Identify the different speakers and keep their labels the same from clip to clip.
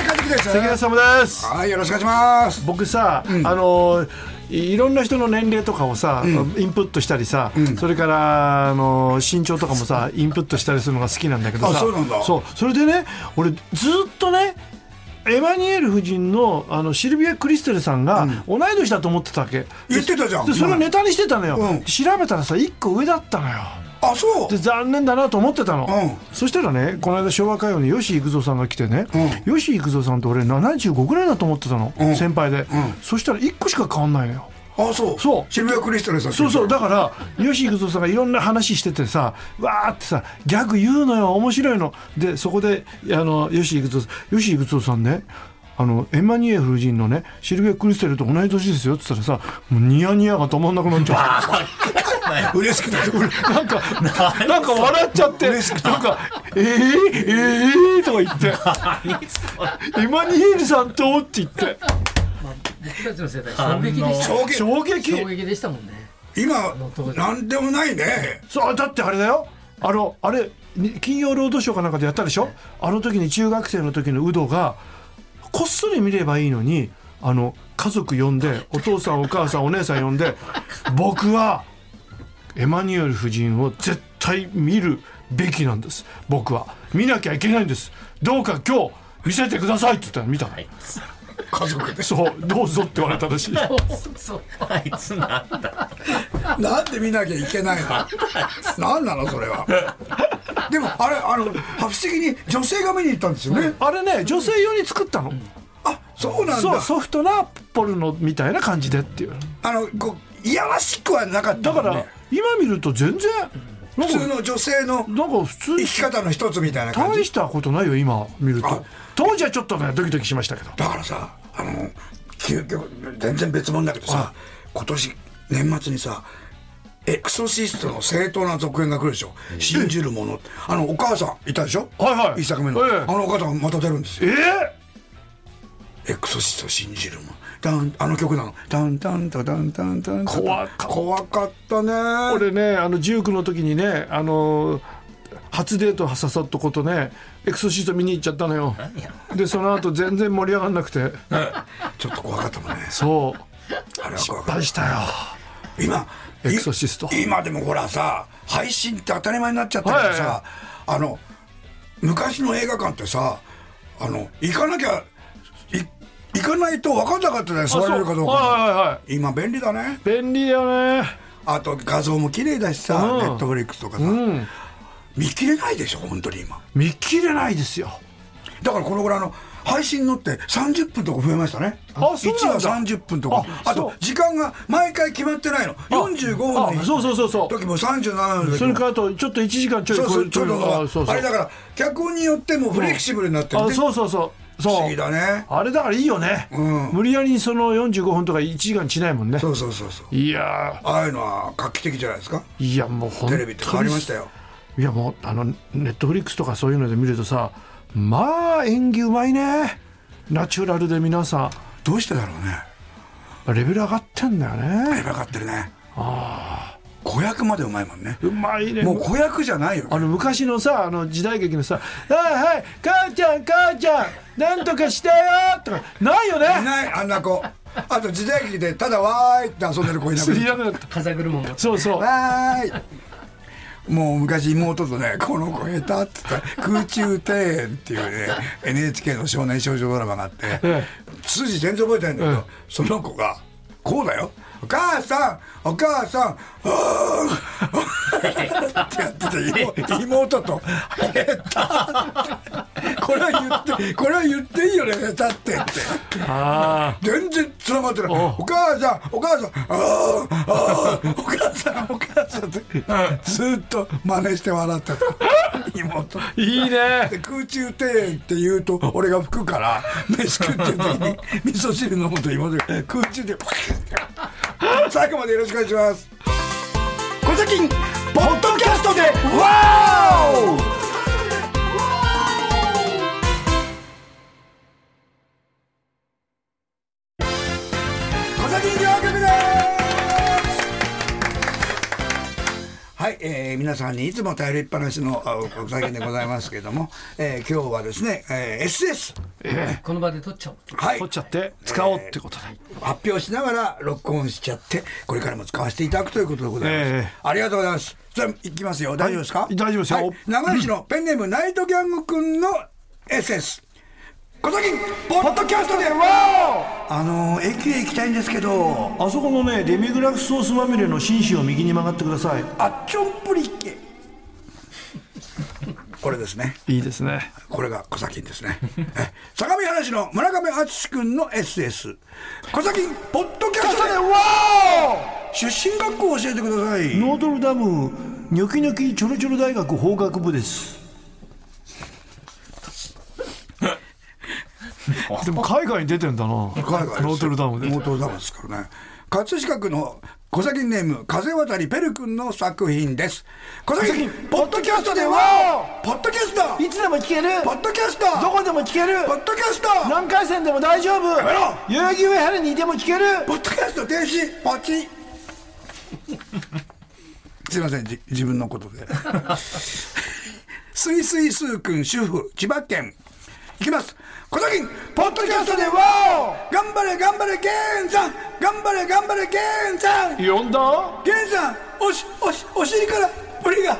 Speaker 1: 関根様です
Speaker 2: はい、よろしくお願いします。
Speaker 1: 僕さ、あのいいろんな人の年齢とかをさ、インプットしたりさ、それからあの身長とかもさインプットしたりするのが好きなんだけどさ
Speaker 2: あそうなんだ
Speaker 1: そうそれでね俺ずっとねエマニュエル夫人のあのシルビア・クリステルさんが同い年だと思ってたわけ、
Speaker 2: 言ってたじゃん
Speaker 1: でそれをネタにしてたのよ、
Speaker 2: うん
Speaker 1: 調べたらさ1個上だったのよ
Speaker 2: あ、そう
Speaker 1: で。残念だなと思ってたの、
Speaker 2: う
Speaker 1: そしたらねこの間昭和歌謡に吉幾三さんが来てね、吉幾三さんと俺75ぐらいだと思ってたの、
Speaker 2: ん
Speaker 1: 先輩で、
Speaker 2: ん
Speaker 1: そしたら1個しか変わんないのよ
Speaker 2: あ、そう。
Speaker 1: そう
Speaker 2: シルビアクリストレさん。
Speaker 1: そうそう。だから吉幾三さんがいろんな話しててさわーってさギャグ言うのよ面白いのでそこであの吉幾三さん吉幾三さんねあのエマニュエル夫人のねシルビア・クリステルと同い年ですよって言ったらさもうニヤニヤが止まんなくなっち ゃう
Speaker 2: 嬉しく て。うれ
Speaker 1: なんか、なんか笑っちゃって、なんか、えー、えー、とか言って、エマニエルさんとって言って、
Speaker 3: 僕たちの世代衝撃でした
Speaker 2: 衝撃。
Speaker 1: 衝撃
Speaker 3: 衝撃でしたもんね
Speaker 2: 今、なんでもないね。
Speaker 1: そう、だってあれだよ、あの、あれ、に金曜ロードショーかなんかでやったでしょあの時に中学生の時のウドが、こっそり見ればいいのに、あの、家族呼んで、お父さん、お母さん、お姉さん呼んで、僕は、エマニュエル夫人を絶対見るべきなんです僕は見なきゃいけないんですどうか今日見せてくださいって言ったら見たの、
Speaker 2: 家族で。
Speaker 1: そうどうぞって言われたらしい
Speaker 3: そう
Speaker 4: あいつなんだ
Speaker 2: なんで見なきゃいけない の。なんなの、それは。でも、あれ、あの、不思議に女性が見に行ったんですよね。
Speaker 1: あれね女性用に作ったの、
Speaker 2: あ、そうなん
Speaker 1: そう
Speaker 2: だ。
Speaker 1: ソフトなポルノみたいな感じでっていう
Speaker 2: あの、こう、いやらしくはなかった
Speaker 1: だか
Speaker 2: もんね。
Speaker 1: ら、今見ると全然なん
Speaker 2: 普通
Speaker 1: か
Speaker 2: の女性の
Speaker 1: なんか普通
Speaker 2: 生
Speaker 1: に
Speaker 2: き方の一つみたいな感じ
Speaker 1: 大。したことないよ今見る
Speaker 2: あ
Speaker 1: と当時はちょっとねドキドキしましたけど
Speaker 2: だからさあの究極全然別物だけどさ今年年末にさエクソシストの正当な続編が来るでしょ信じるものあのお母さんいたでしょ
Speaker 1: はいはい
Speaker 2: 一作目の、
Speaker 1: ええ
Speaker 2: あのお母さんまた出るんですよ
Speaker 1: え
Speaker 2: エクソシスト信じるものダンあの曲なのダンダンダダンダンダンダン
Speaker 1: 怖かった
Speaker 2: 怖かったね
Speaker 1: ー、俺ねあの19の時にねあのー初デートささっとことねエクソシスト見に行っちゃったのよ
Speaker 4: 何や
Speaker 1: でその後全然盛り上がんなくて
Speaker 2: ちょっと怖かったもんね
Speaker 1: そう
Speaker 2: あれは怖かった
Speaker 1: 大したよ
Speaker 2: 今
Speaker 1: エクソシスト
Speaker 2: い今でもほらさ配信って当たり前になっちゃったけどさ、
Speaker 1: は
Speaker 2: あの昔の映画館ってさあの行かなきゃい行かないと分かんなかったね
Speaker 1: あ
Speaker 2: 座れるかどうか
Speaker 1: はいはいは
Speaker 2: 今便利だね
Speaker 1: い便利だよね
Speaker 2: あと画像も綺麗だしさ
Speaker 1: うん
Speaker 2: ネットフリックスとかさ、
Speaker 1: うん
Speaker 2: 見切れないでしょ本当に今
Speaker 1: 見切れないですよ
Speaker 2: だからこのぐらいの配信のって30分とか増えましたね
Speaker 1: あそう
Speaker 2: 1
Speaker 1: なんだ
Speaker 2: 話30分とかあ
Speaker 1: あ
Speaker 2: と
Speaker 1: そう
Speaker 2: 時間が毎回決まってないの45分
Speaker 1: あ
Speaker 2: に
Speaker 1: そうそうそうそう
Speaker 2: 時も37分の時も
Speaker 1: それからあとちょっと1時間ちょい
Speaker 2: そう
Speaker 1: 超
Speaker 2: そ
Speaker 1: え
Speaker 2: う
Speaker 1: る
Speaker 2: ちょっと
Speaker 1: あそうそう
Speaker 2: あれだから脚本によってもフレキシブルになってる
Speaker 1: あ
Speaker 2: ね
Speaker 1: そうそうそう
Speaker 2: 不
Speaker 1: そ
Speaker 2: 思議
Speaker 1: う
Speaker 2: だね
Speaker 1: あれだからいいよね、
Speaker 2: うん
Speaker 1: 無理やりその45分とか1時間しないもんね
Speaker 2: そうそうそうそう
Speaker 1: いや
Speaker 2: ああいうのは画期的じゃないですか
Speaker 1: ーいやもう本当
Speaker 2: テ
Speaker 1: に
Speaker 2: レビって変わりましたよ
Speaker 1: いやもうあのネットフリックスとかそういうので見るとさまあ演技うまいねナチュラルで皆さ
Speaker 2: どうしてだろうね
Speaker 1: んレベル上がってんだよ
Speaker 2: あれ
Speaker 1: ね
Speaker 2: 分かってるね子役までうまいもんね
Speaker 1: うまいね
Speaker 2: もう子役じゃないよね
Speaker 1: あの昔のさあの時代劇のさ「はいはい母ちゃん母ちゃんなんとかしてよ」とかないよ
Speaker 2: い
Speaker 1: ね
Speaker 2: ないあんな子あと時代劇でただわーいって遊んでる子いなく
Speaker 1: 釣り
Speaker 2: て
Speaker 1: やがった
Speaker 3: 風車も
Speaker 1: そ うそう
Speaker 2: わーいもう昔妹とね「この子下手」っつって「空中庭園」っていうね NHK の少年少女ドラマがあって
Speaker 1: え
Speaker 2: 筋全然覚えてないんだけど、
Speaker 1: え
Speaker 2: その子がこうだよ「お母さんお母さんあーん」ってやってて妹妹と「下手」ってこれは言ってこれは言っていいよね下手ってって
Speaker 1: あ
Speaker 2: 全然つながってないお母さんお母さんあーあーお母さんお母さんってずーっと真似して笑ってた 妹
Speaker 1: あいいね
Speaker 2: で空中庭園って言うと俺が吹くから飯食ってる時 に味噌汁飲むと妹が空中で 最後までよろしくお願いします小崎ポッドキャストでワー小崎洋楽ですははい、えー皆さんにいつも頼りっぱなしのあお酒でございますけれども、えー今日はですね、えー SS、
Speaker 3: この場で取っちゃおう。
Speaker 2: はい
Speaker 1: 取っ、ちゃって使おうってことで、
Speaker 2: 発表しながら録音しちゃってこれからも使わせていただくということでございます、
Speaker 1: ええ
Speaker 2: ありがとうございますじゃあいきますよ大丈夫ですか、
Speaker 1: はい大丈夫ですよ
Speaker 2: はい名古屋市のペンネーム、ナイトギャングくんの SS 小崎ポッドキャストであのー駅へ行きたいんですけど
Speaker 1: あそこのねデミグラスソースまみれの紳士を右に曲がってください
Speaker 2: あっちょんぷりっけこれですね
Speaker 1: いいですね
Speaker 2: これが小崎ですねえ相模原市の村上敦君の SS 小崎ポッドキャストで出身学校を教えてください
Speaker 1: ノートルダムニョキニョキチョロチョロ大学法学部です でも海外に出てんだな
Speaker 2: 海外ですよ
Speaker 1: ノートルダムで
Speaker 2: ノートルダムですからね葛飾区の小崎ネーム風渡りペル君の作品です小崎ポッドキャストではポッドキャスト
Speaker 1: いつでも聞ける
Speaker 2: ポッドキャスト
Speaker 1: どこでも聞ける
Speaker 2: ポッドキャスト
Speaker 1: 何回戦でも大丈夫
Speaker 2: めろ
Speaker 1: 代々木上原にいても聞ける
Speaker 2: ポッドキャスト停止ポチ すいませんじ自分のことですいすいすーくん主婦千葉県いきます小崎ポッドキャストでは頑張れ頑張れゲンさん頑張れ頑張れゲンさん
Speaker 1: 呼んだ
Speaker 2: ゲンさんおしおしお尻からブリが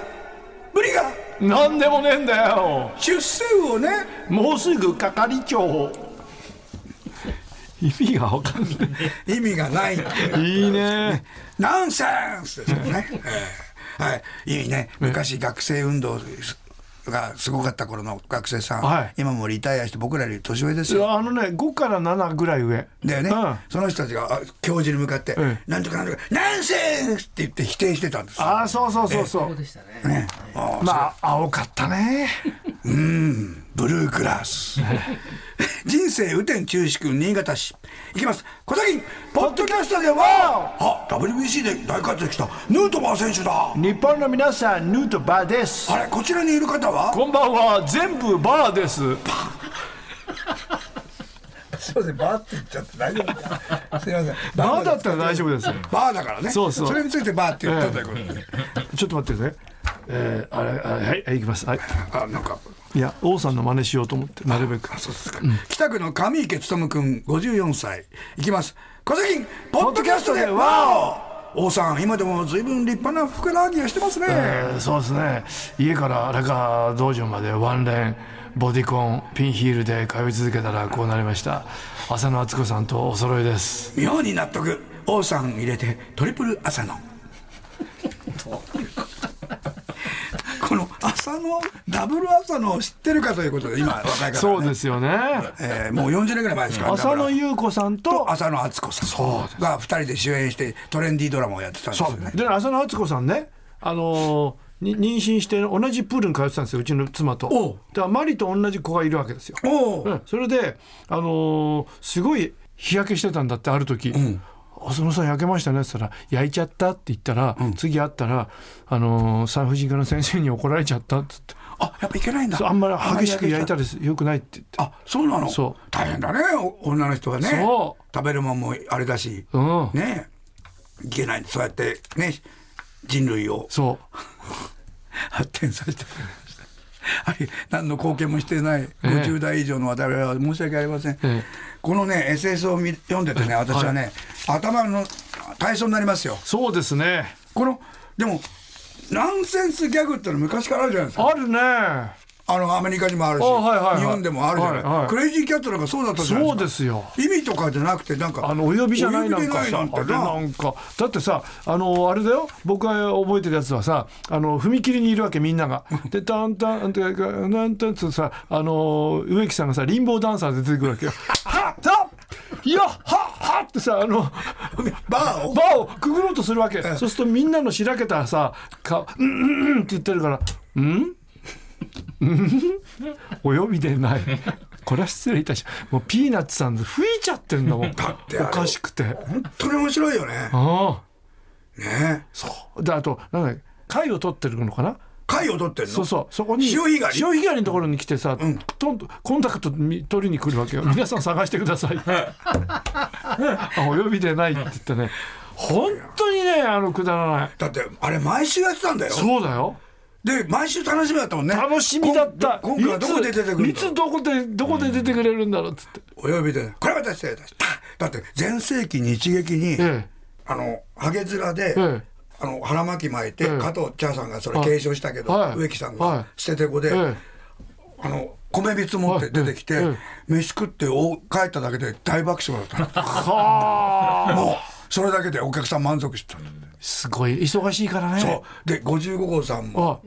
Speaker 2: ブリが
Speaker 1: 何でもねえんだよ
Speaker 2: 出世をね
Speaker 1: もうすぐ係長 意味が分かんな
Speaker 2: 意味がないっていう
Speaker 1: いいいね
Speaker 2: ナンセンスですよね。えーはい、いいね。昔学生運動がすごかった頃の学生さん、
Speaker 1: はい
Speaker 2: 今もうリタイアして僕らより年上です
Speaker 1: い
Speaker 2: よ。
Speaker 1: やあのね5から7ぐらい上
Speaker 2: だよね、
Speaker 1: うん
Speaker 2: その人たちがあ教授に向かって、
Speaker 1: え
Speaker 2: なんとかなんとか、ナンセンスって言って否定してたんですよ。
Speaker 1: ああそうそうそうそ
Speaker 3: ここ
Speaker 1: う
Speaker 3: でしたね。
Speaker 2: ねあー
Speaker 1: まあ青かったね
Speaker 2: ブルーグラ ス。人生雨天中止君、新潟市。いきます。小崎、ポッドキャストでは、あ、WBC で大活躍したヌートバー選手だ。
Speaker 1: 日本の皆さんヌートバーです
Speaker 2: あれ、こちらにいる方は
Speaker 1: こんばんは全部バーです
Speaker 2: すいません、バーって言っちゃって大丈夫ですか。 すいません。
Speaker 1: バーだったら大丈夫ですよ
Speaker 2: バーだからね。
Speaker 1: そうそう
Speaker 2: れについてバーって言ったということで。
Speaker 1: ちょっと待ってくださいえー、あれあはいはい行きますはい
Speaker 2: あ、なんか。
Speaker 1: いや王さんの真似しようと思ってなるべく
Speaker 2: そうですか。北区の上池勉君、五十四歳。いきます。小関、ポッドキャストで、わお。王さん、今でも随分立派なふくらはぎをしてますね。
Speaker 1: えーそうですね家から荒川道場までワンレンボディコンピンヒールで通い続けたらこうなりました浅野敦子さんとお揃いです
Speaker 2: 妙に納得。王さん入れて、トリプル朝の。この朝のダブル朝のを知ってるかということで今若い方、ね、
Speaker 1: そうですよね
Speaker 2: えーもう40年ぐらい前ですから
Speaker 1: 浅野ゆう子さんと
Speaker 2: 浅野敦子さん
Speaker 1: そうです
Speaker 2: が2人で主演してトレンディードラマをやってたんですよね
Speaker 1: で浅野敦子さんねあのーに妊娠して同じプールに通ってたんですようちの妻と
Speaker 2: おう
Speaker 1: だからマリと同じ子がいるわけですよ、
Speaker 2: お
Speaker 1: う
Speaker 2: お
Speaker 1: ん、それであのーすごい日焼けしてたんだってある時、浅野さん焼けましたね」って言ったら「焼いちゃった」って言ったら、次会ったら、あのー産婦人科の先生に怒られちゃったっつって
Speaker 2: あやっぱいけないんだ
Speaker 1: そうあんまり激しく焼いた
Speaker 2: り
Speaker 1: りよくないって言って
Speaker 2: あそうなの
Speaker 1: そ
Speaker 2: 大変だねお女の人はね
Speaker 1: そう
Speaker 2: 食べるもんもあれだし
Speaker 1: うん、
Speaker 2: ねいけないそうやってね人類を
Speaker 1: そう
Speaker 2: 発展させてくれました。はい、何の貢献もしてない50代以上の我々は申し訳ありません、
Speaker 1: ええ
Speaker 2: このね SS を見読んでてね私はね、頭の体操になりますよ
Speaker 1: そうですね
Speaker 2: このでもナンセンスギャグってのは昔からあるじゃないですか
Speaker 1: あるね
Speaker 2: あのアメリカにもあるし、
Speaker 1: あはいはいはい
Speaker 2: 日本でもあるじゃない、
Speaker 1: はいはい
Speaker 2: クレイジーキャットなんかそうだったじゃないです
Speaker 1: そ
Speaker 2: か
Speaker 1: うですよ
Speaker 2: 意味とかじゃなくてなんか
Speaker 1: あのお呼びじゃないなん
Speaker 2: お
Speaker 1: か
Speaker 2: 呼びで
Speaker 1: さ
Speaker 2: な
Speaker 1: あ
Speaker 2: いな
Speaker 1: れ
Speaker 2: んてな
Speaker 1: なんかだってさあのあれだよ僕が覚えてるやつはさあの踏切にいるわけみん ながでタンタンってなんたんつってさあの植木さんがさリンボーダンサーで出てく るわけよ。はっはっいやはっはってさあの
Speaker 2: バーを
Speaker 1: バーをくぐろうとするわけそうするとみんなのしらけたさ顔「うんうんうん」って言ってるから「うんうんお呼びでない」これは失礼いたしもうピーナッツさんで吹いちゃってんだもん
Speaker 2: ってあ
Speaker 1: お
Speaker 2: れ
Speaker 1: かしくて
Speaker 2: 本当に面白いよね
Speaker 1: ああ
Speaker 2: ね
Speaker 1: そうであとなんだっけ貝を取ってるのかな
Speaker 2: 貝を取ってんの
Speaker 1: そうそうそこに
Speaker 2: 潮干狩り
Speaker 1: 潮干狩りのところに来てさ、トンとコンタクトみ取りに来るわけよ皆 さん探してくださいあお呼びでないって言ってね本当当にねあのくだらない
Speaker 2: だってあれ毎週やってたんだよ
Speaker 1: そうだよ
Speaker 2: で毎週楽しみだったもんね
Speaker 1: 楽しみだった
Speaker 2: こん今回はどこで出てくる
Speaker 1: い
Speaker 2: んだろ
Speaker 1: つ
Speaker 2: う
Speaker 1: どこでどこで出てくれるんだろうっつって、
Speaker 2: お呼びでこれまた失礼いたしただって全盛期に一撃に、
Speaker 1: え
Speaker 2: あのハゲ面で、
Speaker 1: え
Speaker 2: あの腹巻き巻いて、
Speaker 1: え
Speaker 2: 加藤茶さんがそれ継承したけど、
Speaker 1: はい
Speaker 2: 植木さん
Speaker 1: はい
Speaker 2: が捨ててこで、
Speaker 1: ええ
Speaker 2: あの米びつ持って出てきて、
Speaker 1: はいえ
Speaker 2: 飯食ってお帰っただけで大爆笑だ った
Speaker 1: え
Speaker 2: の
Speaker 1: はあ
Speaker 2: もうそれだけでお客さん満足してたんだって
Speaker 1: すごい忙しいからね
Speaker 2: そうで55号さんも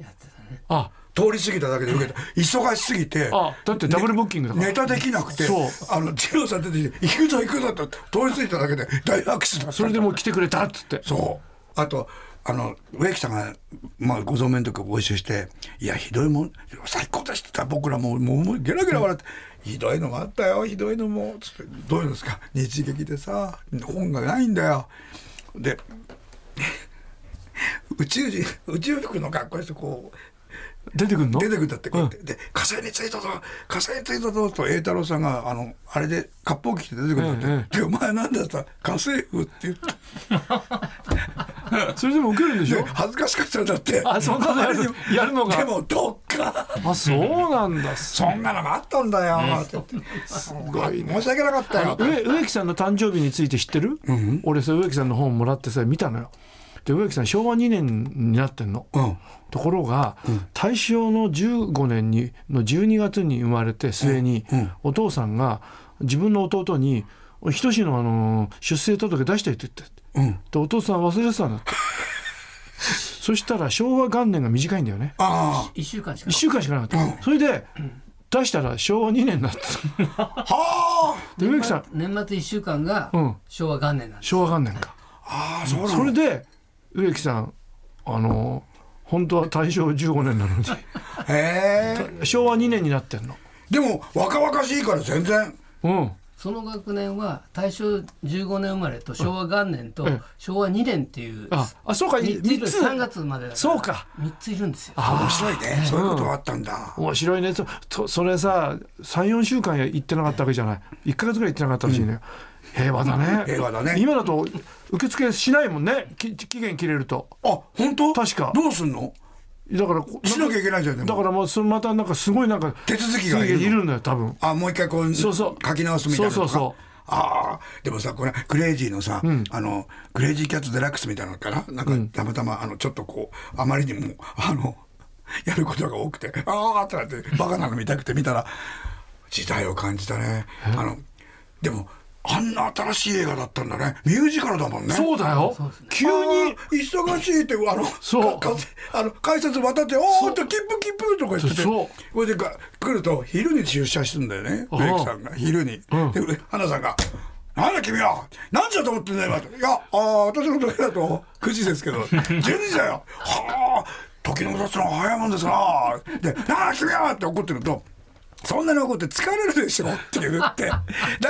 Speaker 1: ああ
Speaker 2: 通り過ぎただけで受けた忙しすぎて
Speaker 1: あだってダブルブッキングだから、
Speaker 2: ネタできなくて
Speaker 1: そう
Speaker 2: あの二郎さん出てきて「行くぞ行くぞ」と通り過ぎただけで大爆笑だった
Speaker 1: それでもう来てくれたっつって
Speaker 2: そうあとあの植木さんが、まあ、ご存命の時ご一緒して「いやひどいもん最高だ」してた僕らもうもうゲラゲラ笑って「ひどいのもあったよひどいのも」つって「どういうんですか日劇でさ本がないんだよ」で宇宙人宇宙服の格好してこう
Speaker 1: 出てくんの
Speaker 2: 出てくるんだってこうやって、で火星についたぞ火星についたぞと栄太郎さんがあのあれで割烹着て出てくるんだって、
Speaker 1: え
Speaker 2: でお前なんだった火星服って言って
Speaker 1: それでも受けるんでし
Speaker 2: で
Speaker 1: ょ
Speaker 2: 恥ずかしかったんだって
Speaker 1: あそんなのやる
Speaker 2: あれに
Speaker 1: やるのが
Speaker 2: でもどっか
Speaker 1: あそうなんだす
Speaker 2: そんなのがあったんだよ、ってすごい、申し訳なかったよ
Speaker 1: 植植木さんの誕生日について知ってる、俺さ植木さんの本もらってさ見たのよで植木さん昭和2年になってんの、
Speaker 2: うん
Speaker 1: ところが、大正の15年にの12月に生まれて末に、お父さんが自分の弟に「仁志の、あのー出生届出して」って言っ
Speaker 2: う
Speaker 1: て、
Speaker 2: ん
Speaker 1: でお父さん忘れてたんだってそしたら昭和元年が短いんだよね
Speaker 2: あ
Speaker 3: 一週間しか
Speaker 1: 1週間しかなかった、それで出したら昭和2年になってた
Speaker 2: あはあ
Speaker 1: で植木さん
Speaker 3: 年末一週間が
Speaker 1: うん
Speaker 3: 昭和元年なんです、
Speaker 1: 昭和元年か
Speaker 2: ああそうな
Speaker 1: それ
Speaker 2: の
Speaker 1: で植木さんあの本当は大正15年なのに
Speaker 2: へえ
Speaker 1: 昭和2年になってんの
Speaker 2: でも若々しいから全然
Speaker 1: うん
Speaker 3: その学年は大正15年生まれと昭和元年と
Speaker 1: え
Speaker 3: 昭和2年っていう
Speaker 1: ああそうか
Speaker 3: 三つい
Speaker 1: 三
Speaker 3: る
Speaker 1: つ
Speaker 3: 3月までだから
Speaker 1: そうか
Speaker 3: 3ついるんですよ
Speaker 2: 面白いねそういうことがあったんだ、
Speaker 1: 面白いねそそそれさ34週間行ってなかったわけじゃない1か月ぐらい行ってなかったらしいね、平和だね
Speaker 2: 平和だね
Speaker 1: 今だと受付しないもんねき期限切れると
Speaker 2: あ本当
Speaker 1: 確か
Speaker 2: どうすんの
Speaker 1: だからこ
Speaker 2: しなきゃいけないじゃんでも
Speaker 1: だからもうそのまたなんかすごいなんか
Speaker 2: 手続きがいるの
Speaker 1: いるんだよ多分
Speaker 2: あもう一回こう
Speaker 1: そうそう
Speaker 2: 書き直すみたいなのとか
Speaker 1: そうそうそう
Speaker 2: ああでもさこれクレイジーのさ、あのクレイジーキャッツデラックスみたいなのからなんかたまたまあのちょっとこうあまりにもあのやることが多くてああってなってバカなの見たくて見たら時代を感じたねあのでもあんな新しい映画だったんだねミュージカルだもんね
Speaker 1: そうだよ急に
Speaker 2: あー忙しいってあの
Speaker 1: そう
Speaker 2: かかあの改札渡って「おーっと切符切符」とか言ってて
Speaker 1: そう
Speaker 2: これでか来ると昼に出社するんだよね
Speaker 1: あ
Speaker 2: 植木さんが昼に、で花さんが「なんだ君は何時だと思ってんだよ」今いやあー私の時だと9時ですけ ど12時だよ」はあ時の戻すのは早いもんですなで「なあ君は!」って怒ってると「そんなに怒って疲れるでしょ」って言ってだ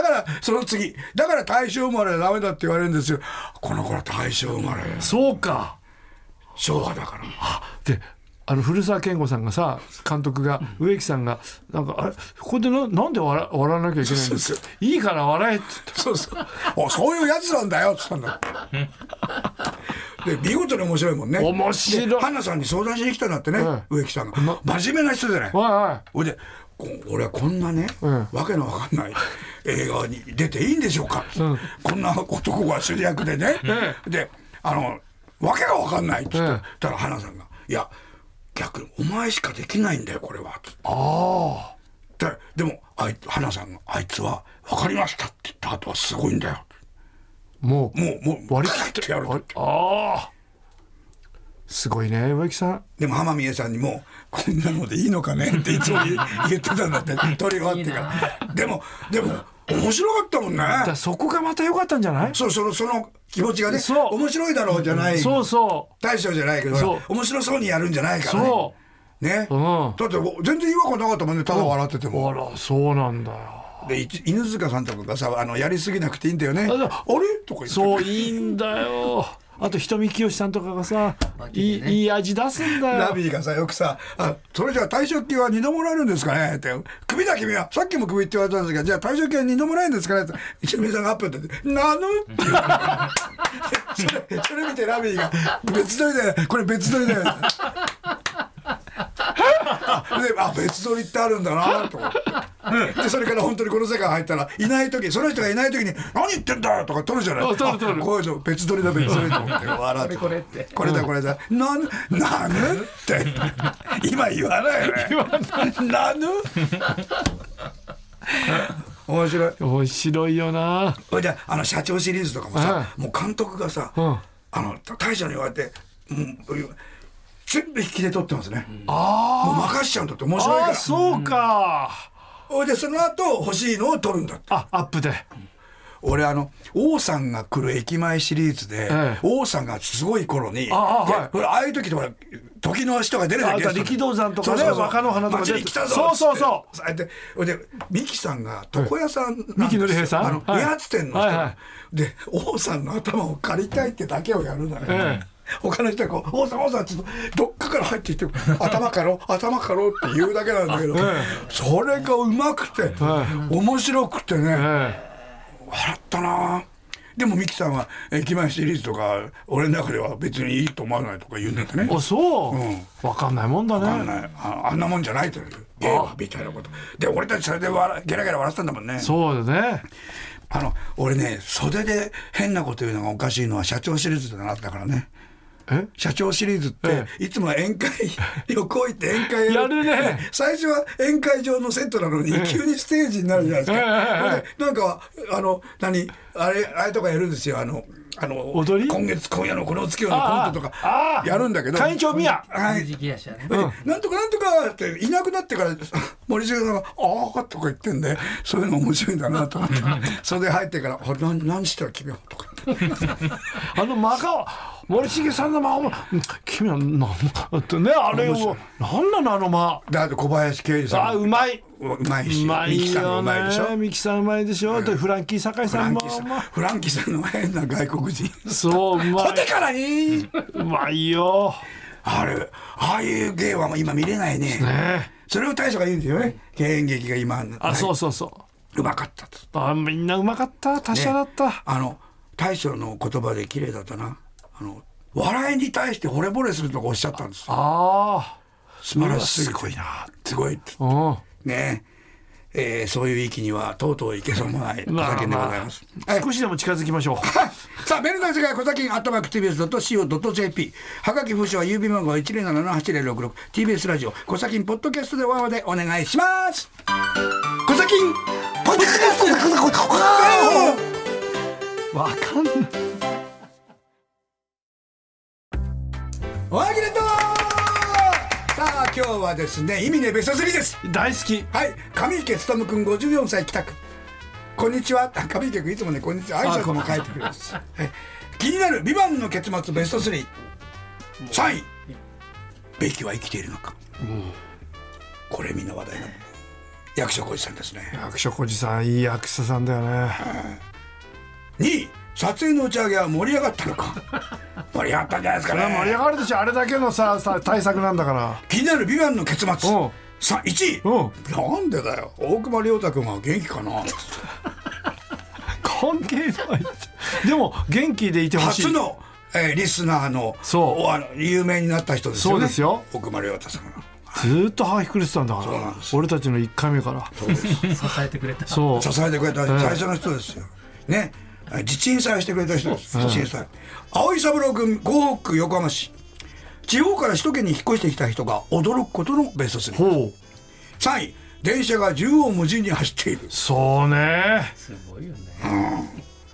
Speaker 2: からその次だから大正生まれはダメだって言われるんですよこの子は大正生まれ
Speaker 1: そうか
Speaker 2: 昭和だから
Speaker 1: であの古澤健吾さんがさ監督が植木さんがなんかあれここでななんで笑笑わなきゃいけないん
Speaker 2: そう
Speaker 1: です
Speaker 2: そう
Speaker 1: かいいから笑えって
Speaker 2: そうそう。おそういうやつなんだよって言ったんだ。で見事に面白いもんね。
Speaker 1: 面白い
Speaker 2: で花さんに相談しに来たんだってね、
Speaker 1: ええ
Speaker 2: 植木さんが。真面目な人じゃない。
Speaker 1: おいおい
Speaker 2: ほいで、こ俺はこんなね、
Speaker 1: え
Speaker 2: わけのわかんない映画に出ていいんでしょうか、こんな男が主役でね、で、あの、わけがわかんないって言って、
Speaker 1: ええ
Speaker 2: たら花さんが、いや、逆にお前しかできないんだよ、これは。つってででもあい花さんが「あいつは分かりました」って言った後はすごいんだよ
Speaker 1: もう
Speaker 2: もうもう
Speaker 1: 割り切って
Speaker 2: ガーッやる
Speaker 1: 割りああすごいね植木さん
Speaker 2: でも浜宮さんにも「こんなのでいいのかね」っていつも言言ってたん だって撮り終わってからでもでも面白かったもんね
Speaker 1: だからそこがまた良かったんじゃない
Speaker 2: そうそのその気持ちがね
Speaker 1: そう
Speaker 2: 面白いだろうじゃない
Speaker 1: そうそ
Speaker 2: 大将じゃないけど
Speaker 1: そう
Speaker 2: 面白そうにやるんじゃないからね
Speaker 1: そ
Speaker 2: ね、
Speaker 1: ううん
Speaker 2: だってお全然違和感なかったもんねただ笑ってても
Speaker 1: あらそうなんだよ
Speaker 2: でい犬塚さんとかがさあのやりすぎなくていいんだよねあれ
Speaker 1: で
Speaker 2: とか言って
Speaker 1: そういいんだよあと瞳清さんとかがさ、
Speaker 3: バ
Speaker 1: い
Speaker 3: キ
Speaker 1: い
Speaker 3: でね
Speaker 1: いい味出すんだよ
Speaker 2: ラビーがさ、よくさ、あ、それじゃあ退職金は二度もらえるんですかねって。首だ君は、さっきも首って言われたんですけど、じゃあ退職金は二度もらえるんですかねって。一宮さんがアップって、なのっていうそれ、それ見てラビーが、別撮りだよ。これ別撮りだよ。あであ別撮りってあるんだなと思ってでそれから本当にこの世界入ったらいない時その人がいない時に「何言ってんだ!」とか撮るじゃない
Speaker 1: あ撮る撮る
Speaker 2: あこういうの別撮りだ別撮りと思って笑っ
Speaker 3: これ
Speaker 2: て
Speaker 3: これって
Speaker 2: これだこれだ、なぬなぬって今言わないよねなぬ面白い
Speaker 1: 面白いよな
Speaker 2: それであの社長シリーズとかもさ、
Speaker 1: は
Speaker 2: もう監督がさ、
Speaker 1: うん
Speaker 2: あの大将に言われて、うん、全部引きで撮ってますね、もう任しちゃうんだって面白い
Speaker 1: あ
Speaker 2: か
Speaker 1: あそうか、
Speaker 2: らそれでその後欲しいのを撮るんだって
Speaker 1: あアップで
Speaker 2: 俺あの王さんが来る駅前シリーズで、
Speaker 1: ええ
Speaker 2: 王さんがすごい頃に
Speaker 1: ああ
Speaker 2: で
Speaker 1: はい
Speaker 2: ほらああいう時ってほら時の人が出るじゃ
Speaker 1: あ
Speaker 2: ん
Speaker 1: あ
Speaker 2: ゲ
Speaker 1: と
Speaker 2: ストで
Speaker 1: 力道山とかね
Speaker 2: そうそうそう
Speaker 1: 若野花とか
Speaker 2: 街
Speaker 1: 出て
Speaker 2: に来たぞ
Speaker 1: そうそうそう
Speaker 2: うそうでほいで三木さんが床屋さんなんですよ
Speaker 1: 三木のり平さん
Speaker 2: あの
Speaker 1: はい
Speaker 2: 理髪店の人
Speaker 1: はいは
Speaker 2: で王さんの頭を借りたいってだけをやるのよ、
Speaker 1: ええ
Speaker 2: 他の人がこう「王さん王さん」ちょっとどっかから入ってきて「頭かろ頭かろ」って言うだけなんだけど、それがうまくて、面白くてね、
Speaker 1: え
Speaker 2: 笑ったなでもミキさんは駅前シリーズとか俺の中では別にいいと思わないとか言うんだってね
Speaker 1: え、あそう、
Speaker 2: ん
Speaker 1: わかんないもんだね
Speaker 2: あんなああんなもんじゃないというゲームはみたいなことで俺たちそれで笑ゲラゲラ笑ってたんだもんね
Speaker 1: そうだね
Speaker 2: あの俺ね袖で変なこと言うのがおかしいのは社長シリーズだなったからね
Speaker 1: え
Speaker 2: 社長シリーズっ
Speaker 1: え
Speaker 2: ていつも宴会 旅行行って宴会
Speaker 1: やるね
Speaker 2: 最初は宴会場のセットなのに急にステージになるじゃないですか、
Speaker 1: ええええ
Speaker 2: それでなんかあの何あれあれとかやるんですよあのあの
Speaker 1: 踊り
Speaker 2: 今月今夜のこの月夜のコントと
Speaker 1: あああ
Speaker 2: か
Speaker 1: あ
Speaker 2: やるんだけど
Speaker 1: 会長宮
Speaker 2: はい
Speaker 3: 時期やしやね
Speaker 2: なんとかなんとかっていなくなってから 森重さんが「ああ」とか言ってんでそういうの面白いんだなと思っ てそれで入ってから「あ何何してる君は」とか言って
Speaker 1: あの真顔森重さんの間も君はなんってねあれをなんなのあの間
Speaker 2: であと小林慶二
Speaker 1: あ
Speaker 2: さん
Speaker 1: う
Speaker 2: も
Speaker 1: まいう
Speaker 2: まいうし
Speaker 1: ま
Speaker 2: 三木
Speaker 1: い
Speaker 2: さんも
Speaker 1: よ
Speaker 2: うまいでしょ
Speaker 1: ねミキさんうまいでしょ、でフランキー酒井
Speaker 2: フ
Speaker 1: さ
Speaker 2: ラ
Speaker 1: ん
Speaker 2: ン
Speaker 1: も
Speaker 2: キーさんフランキーさんの変な外国人
Speaker 1: そううま
Speaker 2: ホ
Speaker 1: い
Speaker 2: テからに
Speaker 1: うまいよ
Speaker 2: あれああいう芸はもう今見れないね
Speaker 1: ね
Speaker 2: それを大将が言うんですよね経演劇が今
Speaker 1: あ、
Speaker 2: ない
Speaker 1: そうそうそう
Speaker 2: うまかったと
Speaker 1: あみんなうまかった達者だった、
Speaker 2: あの大将の言葉で綺麗だったなあの笑いに対して惚れ惚れするとかおっしゃったんですよ
Speaker 1: あ
Speaker 2: 素晴らしいすごいなすごいって
Speaker 1: あうん
Speaker 2: ねえーそういう域にはとうとういけそうもない
Speaker 1: まあ
Speaker 2: 小崎でございます、はい
Speaker 1: 少しでも近づきましょう
Speaker 2: さあ、メールの世界、小崎アットマーク TBS.CO.JP。はがき封書は郵便番号 107-8066TBS ラジオ、小崎ポッドキャストでワンワでお願いします。小崎ポッドキャストで
Speaker 1: わかんない
Speaker 2: おはぎれとさあ、今日はですね、意味ねベスト3です。
Speaker 1: 大好き
Speaker 2: はい、上池勉君54歳帰宅。こんにちは。あ上池君いつもね、こんにちは。挨拶も書いてくれます。はい気になる、ビバンの結末ベスト3。3位。ベキは生きているのか。これみんな話題の役所広司さんですね。
Speaker 1: 役所広司さんいい役者さんだよね
Speaker 2: 2位。撮影の打ち上げは盛り上がったの か。盛り上がったんじゃないですか
Speaker 1: これは盛り上
Speaker 2: ね。
Speaker 1: がるでしょあれだけのささ対策なんだから
Speaker 2: 気になる、ビバンの結末。
Speaker 1: うん
Speaker 2: さ1位。な
Speaker 1: うん
Speaker 2: んでだよ。大熊良太君は元気かな。
Speaker 1: 関係ないでも元気でいてほしい
Speaker 2: 初の、えーリスナーの
Speaker 1: そう
Speaker 2: おあの有名になった人ですよね
Speaker 1: そうですよ
Speaker 2: 奥丸亮太さんが
Speaker 1: ずーっと歯ひくれてたんだか
Speaker 2: そうな
Speaker 1: ら
Speaker 2: んです
Speaker 1: 俺たちの1回目から
Speaker 3: 支えてくれた
Speaker 1: そう
Speaker 2: 支えてくれた最初の人ですよ、ね自鎮祭してくれた人です自鎮祭青井三郎君港北区横浜市地方から首都圏に引っ越してきた人が驚くことのベスト3
Speaker 1: ほう
Speaker 2: 3位電車が縦横無尽に走っている
Speaker 1: そうね
Speaker 3: すごいよね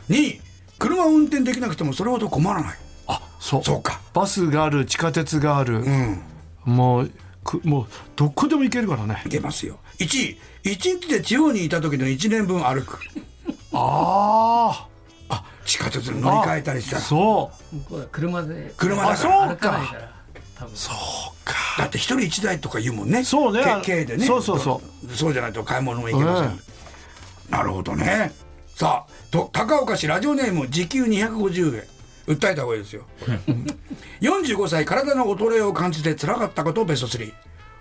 Speaker 2: 2位車を運転できなくてもそれほど困らない
Speaker 1: あそう
Speaker 2: そうか
Speaker 1: バスがある地下鉄がある、
Speaker 2: うん
Speaker 1: もうくもうどこでも行けるからね
Speaker 2: いけますよ1位1日で地方にいた時の1年分歩く
Speaker 1: あ
Speaker 2: あ地下鉄に乗り換えたりした
Speaker 1: あ
Speaker 2: ら
Speaker 1: そう
Speaker 3: 向こうは車で
Speaker 2: 車だ
Speaker 1: あ
Speaker 2: か
Speaker 1: そう
Speaker 2: ら
Speaker 3: 歩かないから多分
Speaker 2: だって一人一台とか言うもんね
Speaker 1: そうねあの
Speaker 2: け軽でね
Speaker 1: そうそうそう
Speaker 2: そうじゃないと買い物も行けません、
Speaker 1: うん
Speaker 2: なるほどねさあと高岡市ラジオネーム時給250円訴えた方がいいですよ 45歳体の衰えを感じて辛かったことベスト3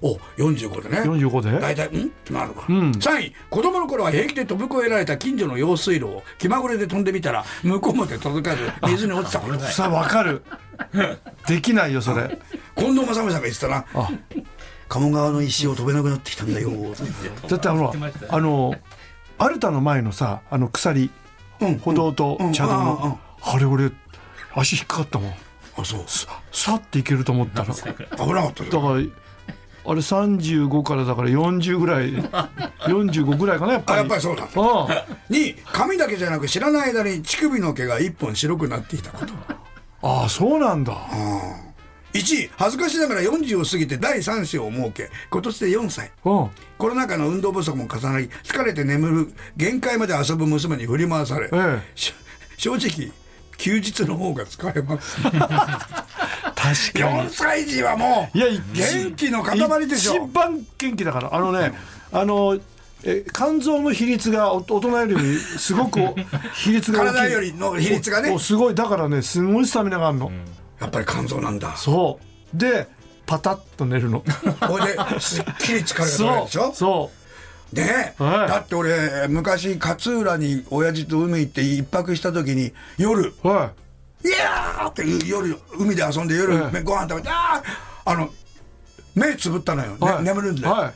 Speaker 2: お45でね
Speaker 1: 45で
Speaker 2: 大体んってなるか、
Speaker 1: ん
Speaker 2: 3位子供の頃は平気で飛び越えられた近所の用水路を気まぐれで飛んでみたら向こうまで届かず水に落ちたこと
Speaker 1: さあわかるできないよそれ
Speaker 2: 近藤正美さんが言ってたな
Speaker 1: あ
Speaker 2: 鴨川の石を飛べなくなってきたんだよ
Speaker 1: だってあの
Speaker 3: 言ってましたね
Speaker 1: あのアルタの前のさあの鎖
Speaker 2: うん
Speaker 1: 歩道と茶道
Speaker 2: うんうんうん
Speaker 1: のあれ俺足引っかかったもん
Speaker 2: あそう
Speaker 1: さっていけると思ったらだか
Speaker 2: 危なかった
Speaker 1: ら
Speaker 2: よ
Speaker 1: あれ35からだから40ぐら い45ぐらいかなやっぱ
Speaker 2: あ
Speaker 1: り
Speaker 2: やっぱりそうだ
Speaker 1: あ
Speaker 2: に髪だけじゃなく知らない間に乳首の毛が一本白くなっていたこと
Speaker 1: ああそうなんだ
Speaker 2: 1位恥ずかしながら40を過ぎて第3子を設け今年で4歳
Speaker 1: うん
Speaker 2: コロナ禍の運動不足も重なり疲れて眠る限界まで遊ぶ娘に振り回され、
Speaker 1: ええ
Speaker 2: し正直休日の方が疲れ ます
Speaker 1: 確かに
Speaker 2: 4歳児はもう
Speaker 1: いや一
Speaker 2: 元気の塊でしょ
Speaker 1: 一番元気だからあのねあのえ肝臓の比率がお大人よりもすご くお比率が大きい
Speaker 2: 体よりの比率がね
Speaker 1: おおすごいだからねすごいスタミナがあるの、
Speaker 2: やっぱり肝臓なんだ
Speaker 1: そうでパタッと寝 るの
Speaker 2: これですっきり疲れが取れる
Speaker 1: そ
Speaker 2: でしょ
Speaker 1: うそう
Speaker 2: ねえ、
Speaker 1: はい
Speaker 2: だって俺昔勝浦に親父と海行って一泊した時に夜
Speaker 1: は
Speaker 2: 「いやー!」って夜海で遊んで夜、
Speaker 1: ええ
Speaker 2: ご飯食べてあーあの目つぶったのよ、
Speaker 1: い、
Speaker 2: ね
Speaker 1: はい
Speaker 2: 眠るんで、
Speaker 1: はい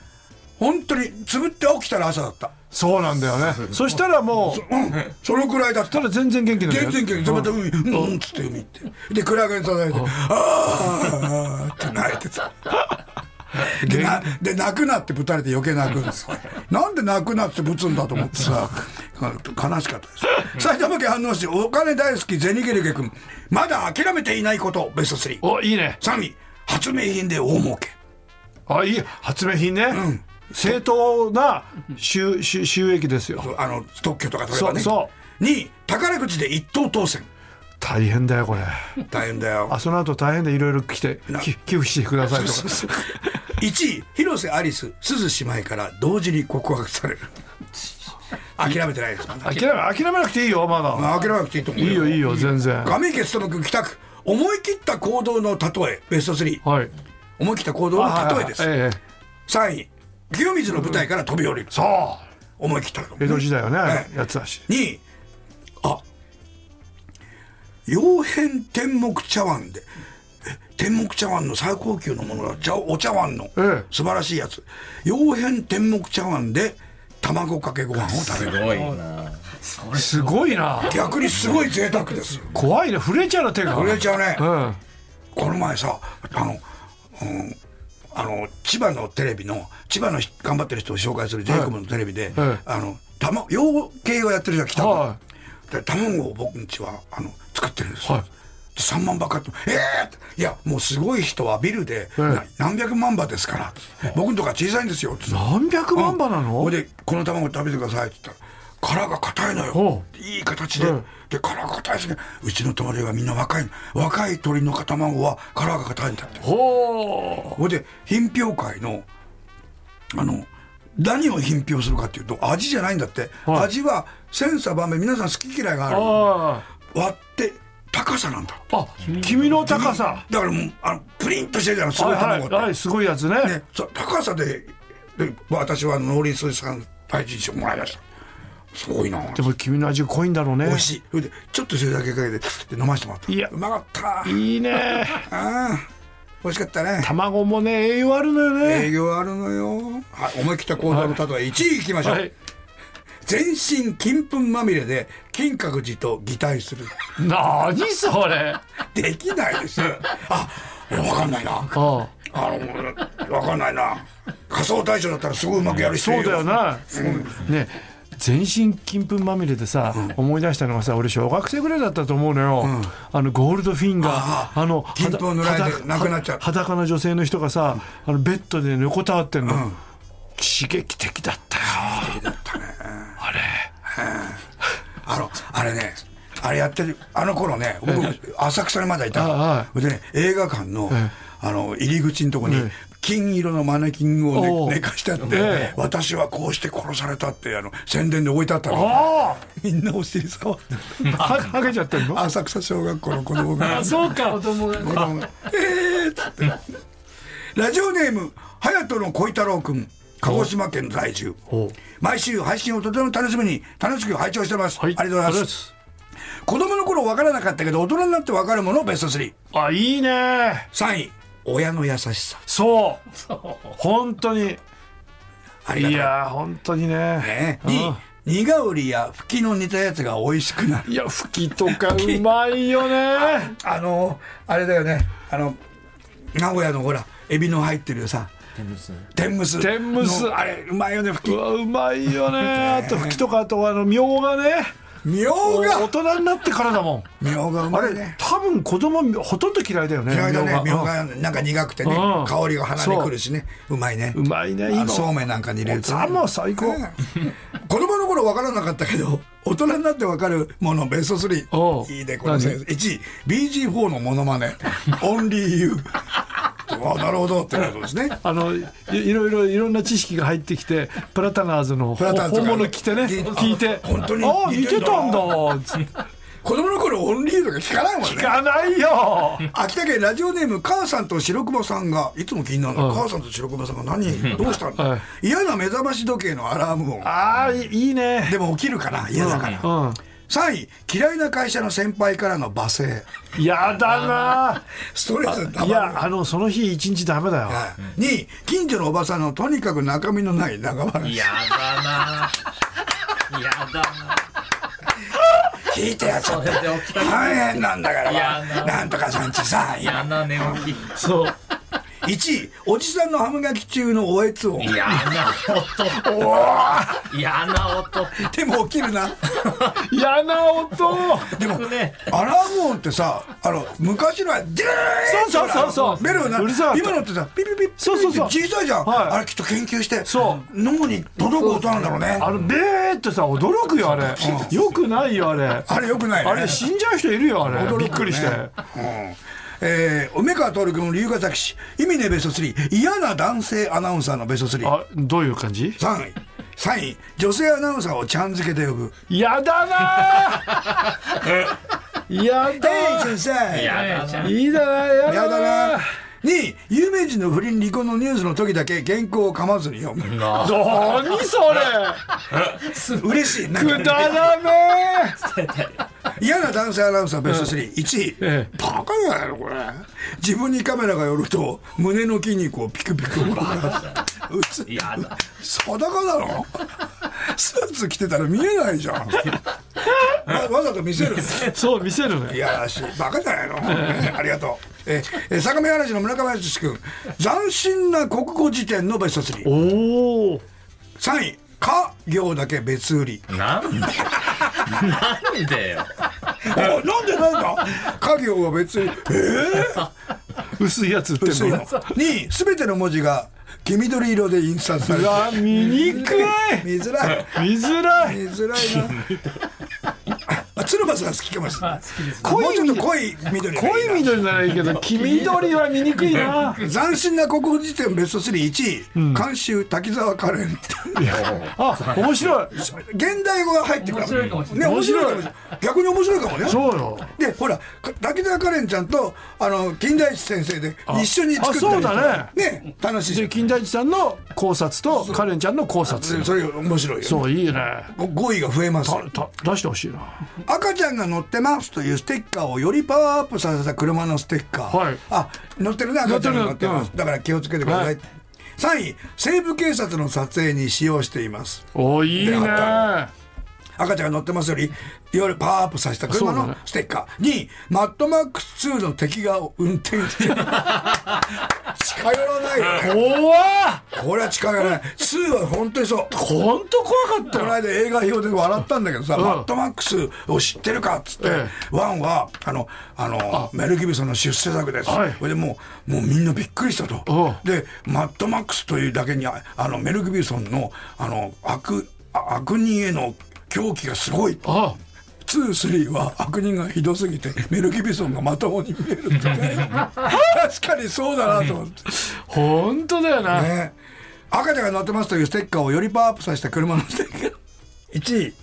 Speaker 2: 本当につぶって起きたら朝だった
Speaker 1: そうなんだよねそしたらもうそし
Speaker 2: うんそのくらいだった
Speaker 1: たら全然元気なんだよ
Speaker 2: 全然元気また海うんっつって海行ってでクラゲに叩いて「あーあー」って泣いてたでなで泣くなってぶたれて余計泣くんですなんで泣くなってぶつんだと思ってさ悲しかったです埼玉県飯能市お金大好きゼニゲルゲ君まだ諦めていないことベスト3
Speaker 1: おいいね
Speaker 2: 3位発明品で大儲け
Speaker 1: あいい発明品ね、
Speaker 2: ん
Speaker 1: 正当な収収収益ですよ
Speaker 2: あの特許とか取ればね
Speaker 1: そうそ
Speaker 2: 2位宝くじで一等当選
Speaker 1: 大変だよこれ
Speaker 2: 大変だよ
Speaker 1: あその後大変でいろいろ来て
Speaker 2: な
Speaker 1: き寄付してくださいとか
Speaker 2: 1位広瀬アリスすず姉妹から同時に告白される諦めてないですまだ
Speaker 1: 諦め諦めなくていいよまだ、
Speaker 2: まあ諦めなくていいと思う
Speaker 1: いいよいいよ全然は
Speaker 2: 亀池勤君帰宅思い切った行動の例えベスト3
Speaker 1: い
Speaker 2: 思い切った行動の例えです
Speaker 1: はいはいええ
Speaker 2: 3位清水の舞台から飛び降りる
Speaker 1: そう
Speaker 2: 思い切った行動
Speaker 1: 江戸時代はね、
Speaker 2: はい
Speaker 1: やってたし
Speaker 2: 2位あ洋変天目茶碗でえ天目茶碗の最高級のものが茶お茶碗の
Speaker 1: ええ
Speaker 2: 素晴らしいやつ洋変天目茶碗で卵かけご飯を食べる
Speaker 4: すごいな。
Speaker 1: すごいな
Speaker 2: 逆にすごい贅沢ですよ
Speaker 1: 怖いね触れちゃうの手が
Speaker 2: これちゃうね
Speaker 1: うん
Speaker 2: この前さあの、うん、あの千葉のテレビの千葉のひ頑張ってる人を紹介する j イコムのテレビで、
Speaker 1: はい
Speaker 2: あの卵養鶏をやってる人が来たの、
Speaker 1: は
Speaker 2: で卵を僕んちはあの作ってるんですよ、
Speaker 1: はい
Speaker 2: で3万羽買ってええーって、いやもうすごい人はビルで、
Speaker 1: ええ
Speaker 2: な何百万羽ですから、僕んとこは小さいんですよって
Speaker 1: 何百万羽なの、
Speaker 2: ほいでこの卵食べてくださいって言ったら殻が硬いのよ
Speaker 1: ほ
Speaker 2: いい形で、
Speaker 1: うん
Speaker 2: で殻が硬いですねうちの友達はみんな若い若い鳥の卵は殻が硬いんだって
Speaker 1: ほ
Speaker 2: ほいで品評会のあの何を品評するかっていうと味じゃないんだって、
Speaker 1: はい
Speaker 2: 味は千差万銘皆さん好き嫌いがあ
Speaker 1: う
Speaker 2: る
Speaker 1: あ
Speaker 2: 割って高さなんだ
Speaker 1: ーあ君の高さ
Speaker 2: だからもうあのプリンとしてるじゃんすご
Speaker 1: はいい
Speaker 2: 卵っ
Speaker 1: は
Speaker 2: て、
Speaker 1: いはいすごいやつね
Speaker 2: ね、そう高さでで私は農林水産大臣賞もらいましたすごいな
Speaker 1: でも君の味濃いんだろうね
Speaker 2: 美味しいそれでちょっとそれだけかけてで飲ませてもらった
Speaker 1: いや
Speaker 2: うまかった
Speaker 1: い いね
Speaker 2: ああ美味しかったね
Speaker 1: 卵もね栄養あるのよ
Speaker 2: 営
Speaker 1: ね
Speaker 2: 業あるのよはい思い切った行動の例え1位いきましょう、
Speaker 1: はい
Speaker 2: 全身金粉まみれで金閣寺と擬態する
Speaker 1: 何それ
Speaker 2: できないですあ分かんないな
Speaker 1: ああ
Speaker 2: あの分かんないな仮装大賞だったらすごいうまくやる人い
Speaker 1: そ
Speaker 2: る
Speaker 1: うだよな、ね全身金粉まみれでさ、思い出したのがさ俺小学生ぐらいだったと思うのよ、あのゴールドフィンガー
Speaker 2: あ
Speaker 1: あ
Speaker 2: あ
Speaker 1: の
Speaker 2: 金粉塗られて
Speaker 1: 裸
Speaker 2: 亡くなっちゃった
Speaker 1: 裸の女性の人がさあのベッドで横たわってんの、刺激的だったよあれ
Speaker 2: あの、あれね、あれやってる、あの頃ね、僕、浅草にまだいた
Speaker 1: あ
Speaker 2: の
Speaker 1: は
Speaker 2: でね、映画館の、あの入り口のとこに
Speaker 1: ええ
Speaker 2: 金色のマネキンを、ね
Speaker 1: おう
Speaker 2: 寝かしてあって、
Speaker 1: ええ
Speaker 2: 私はこうして殺されたってあの宣伝で置いてあったの
Speaker 1: あ
Speaker 2: みんなお尻触 って
Speaker 1: あははげちゃってるの
Speaker 2: 浅草小学校の子供が
Speaker 1: あそう
Speaker 3: 子
Speaker 1: か
Speaker 3: 供がね
Speaker 2: あのえーっつってラジオネーム隼人の小太郎君鹿児島県在住
Speaker 1: お
Speaker 2: 毎週配信をとても楽しみに楽しく拝聴してます、
Speaker 1: はい
Speaker 2: ありがとうござい
Speaker 1: あり
Speaker 2: ま
Speaker 1: がとうございますす
Speaker 2: 子供の頃分からなかったけど大人になって分かるものをベスト33
Speaker 1: あいいね
Speaker 2: 位親の優しさ
Speaker 1: そう本当に
Speaker 2: ありが
Speaker 1: い
Speaker 2: たい
Speaker 1: やー本当にね
Speaker 2: ねに苦織りや吹きの煮たやつが美味しくなる
Speaker 1: いや吹きとかうまいよね
Speaker 2: あのあれだよねあの名古屋のほらエビの入ってるさ天むす
Speaker 1: 天むす
Speaker 2: のあれうまいよね吹
Speaker 1: う
Speaker 2: き
Speaker 1: わうまいよねあと吹きとかあとあのみょうがね
Speaker 2: みょう
Speaker 1: 大
Speaker 2: が
Speaker 1: 人になってからだもん
Speaker 2: みょうがう
Speaker 1: あ
Speaker 2: まい
Speaker 1: れ
Speaker 2: ね
Speaker 1: 多分子供ほとんど嫌いだよね
Speaker 2: 嫌いだねみ
Speaker 1: み
Speaker 2: ょ
Speaker 1: ょ
Speaker 2: う
Speaker 1: うが
Speaker 2: がなんか苦くてね
Speaker 1: うん
Speaker 2: 香りが鼻にくるしねうまいね
Speaker 1: うまいね
Speaker 2: あ
Speaker 1: 今
Speaker 2: のそうめんなんかに入れるとね
Speaker 1: あもう最高
Speaker 2: ね子供の頃分からなかったけど大人になって分かるものベスト
Speaker 1: お
Speaker 2: 3
Speaker 1: う
Speaker 2: いいねこの先生1位 BG4 のモノマネオンリーユ ーわあなるほどってことですね
Speaker 1: あのいいろいろいろんな知識が入ってきてプラタナーズの
Speaker 2: プラタナーズ
Speaker 1: ほ
Speaker 2: と
Speaker 1: 本
Speaker 2: かね
Speaker 1: 物着てね
Speaker 2: 聞いて
Speaker 1: 聞いて
Speaker 2: 本当に
Speaker 1: ああ似てたんだ
Speaker 2: 子供の頃オンリーユーとか聞かないもんね
Speaker 1: 聞かないよ
Speaker 2: 秋田県ラジオネーム母さんと白熊さんがいつも気になるの、
Speaker 1: うん
Speaker 2: 母さんと白熊さんが何どうしたんだ、
Speaker 1: はい
Speaker 2: 嫌な目覚まし時計のアラーム音
Speaker 1: ああいいいね
Speaker 2: でも起きるかな嫌だから、
Speaker 1: うん
Speaker 2: 3位嫌いな会社の先輩からの罵声
Speaker 1: やだ
Speaker 2: ストレス
Speaker 1: な
Speaker 2: た
Speaker 1: い
Speaker 2: まら
Speaker 1: や
Speaker 2: ない
Speaker 1: あのその日一日ダメだよ
Speaker 2: はい2位近所のおばさんのとにかく中身のない長話
Speaker 4: やだなやだ
Speaker 2: 聞いてやっちゃった
Speaker 4: それで起きた
Speaker 2: 大変なんだから
Speaker 4: いやな
Speaker 2: なんとかさんちさ
Speaker 4: な嫌な寝起
Speaker 1: そう
Speaker 2: 1位おじさんの歯磨き中のおえつ音
Speaker 4: き嫌な音嫌な音
Speaker 2: でも起きるな
Speaker 1: 嫌な音
Speaker 2: でも
Speaker 4: ね
Speaker 2: アラーム音ってさあの昔のはドゥーン
Speaker 1: そうそうそうそう
Speaker 2: ベルな
Speaker 1: うるさかった
Speaker 2: 今のってさピピピピピって
Speaker 1: そうそうそう
Speaker 2: 小さいじゃん、
Speaker 1: はい
Speaker 2: あれきっと研究して
Speaker 1: そ
Speaker 2: 脳に届く音なんだろうね
Speaker 1: あのベーってさ驚くよあれよくないよあれ
Speaker 2: あれよくないね
Speaker 1: あれ死んじゃう人いるよあ
Speaker 2: 驚くよね
Speaker 1: れびっくりして
Speaker 2: うんえー梅川徹君の龍ヶ崎市意味ねベスト3嫌な男性アナウンサーのベスト33
Speaker 1: あどういう感
Speaker 2: 位
Speaker 1: じ
Speaker 2: 3位女性アナウンサーをちゃん付けで呼ぶ
Speaker 1: やだなーや
Speaker 2: 「え
Speaker 1: だ
Speaker 2: い先生!」
Speaker 4: 嫌だない
Speaker 1: いだなや
Speaker 2: や
Speaker 1: だ
Speaker 2: だな
Speaker 1: な
Speaker 2: 2位有名人の不倫離婚のニュースの時だけ原稿を噛まずに 読む
Speaker 1: 何それ
Speaker 2: 嬉しいなん
Speaker 1: く
Speaker 2: か
Speaker 1: だらね
Speaker 2: 嫌な男性アナウンサーベスト31位、
Speaker 1: ええ
Speaker 2: バカじゃないのこれ自分にカメラが寄ると胸の筋肉をピクピクほらうつ
Speaker 4: 嫌だ
Speaker 2: 裸だろ スーツ着てたら見えないじゃん わわざと見せる
Speaker 1: えそう見せる
Speaker 2: い
Speaker 1: ね
Speaker 2: やらしいバカじゃないの、ねありがとうええ相模原市の村上淳君斬新な国語辞典のベスト33
Speaker 1: おお
Speaker 2: 位「か」行だけ別売り
Speaker 4: なんでなんでよ
Speaker 2: あなんでなんだ「か」行は別売りええ
Speaker 1: 薄いやつ売ってるの
Speaker 2: 2位すべての文字が黄緑色で印刷され
Speaker 1: う
Speaker 2: て
Speaker 1: わ見にくい
Speaker 2: 見づらい
Speaker 1: 見づらい
Speaker 2: 見づらいな あ鶴間さん好きかもしれない
Speaker 1: 濃い
Speaker 2: もうちょっと濃い緑が
Speaker 1: 濃
Speaker 2: いいない
Speaker 1: 緑ならいいけど黄緑は見にくいな
Speaker 2: 斬新な国語辞典ベスト31位、監修滝沢カレン
Speaker 1: あ面白い
Speaker 2: 現代語が入ってくる
Speaker 3: 面白いかもしれ
Speaker 2: ね
Speaker 1: ない
Speaker 2: 面白いかもしれない逆に面白いかもね
Speaker 1: そうよ
Speaker 2: でほらか滝沢カレンちゃんとあの金田一先生で一緒に作ったり
Speaker 1: あそうだ
Speaker 2: ねね楽しいじゃ
Speaker 1: で金田一さんの考察とカレンちゃんの考察
Speaker 2: んそれ面白いよ
Speaker 1: そういいね
Speaker 2: ご語彙が増えますよ
Speaker 1: たた出してほしいな
Speaker 2: 赤ちゃんが乗ってますというステッカーをよりパワーアップさせた車のステッカー、
Speaker 1: はい
Speaker 2: あ乗ってるね赤ちゃんが乗っ
Speaker 1: 乗っててる
Speaker 2: ます
Speaker 1: う
Speaker 2: だから気をつけてください、
Speaker 1: はい
Speaker 2: 3位西部警察の撮影に使用しています
Speaker 1: おいいね
Speaker 2: であ赤ちゃんが乗ってますよりよりパワーアップさせた車
Speaker 1: そうだ
Speaker 2: の
Speaker 1: ね
Speaker 2: ステッカー、2位マッドマックス2の敵が運転してる 近寄らないよね
Speaker 1: 怖っ
Speaker 2: これは近寄らない2は本当にそう
Speaker 1: ほんと怖かった
Speaker 2: この
Speaker 1: よ
Speaker 2: 間映画表で笑ったんだけどさ「
Speaker 1: ん
Speaker 2: マッドマックスを知ってるか?」っつって
Speaker 1: え
Speaker 2: 「ワンはあのあのメル・ギブソンの出世作です」
Speaker 1: はい
Speaker 2: それでもうもうみんなびっくりしたと
Speaker 1: おう
Speaker 2: で「マッドマックス」というだけにああのメル・ギブソンのあの悪あ悪人への狂気がすごい
Speaker 1: あ
Speaker 2: 23は悪人がひどすぎてメルキビソンがまともに見える ってね確かにそうだなと思って。
Speaker 1: 本当だよな、
Speaker 2: ね、赤ちゃんが乗ってますというステッカーをよりパワーアップさせた車のステッカー1位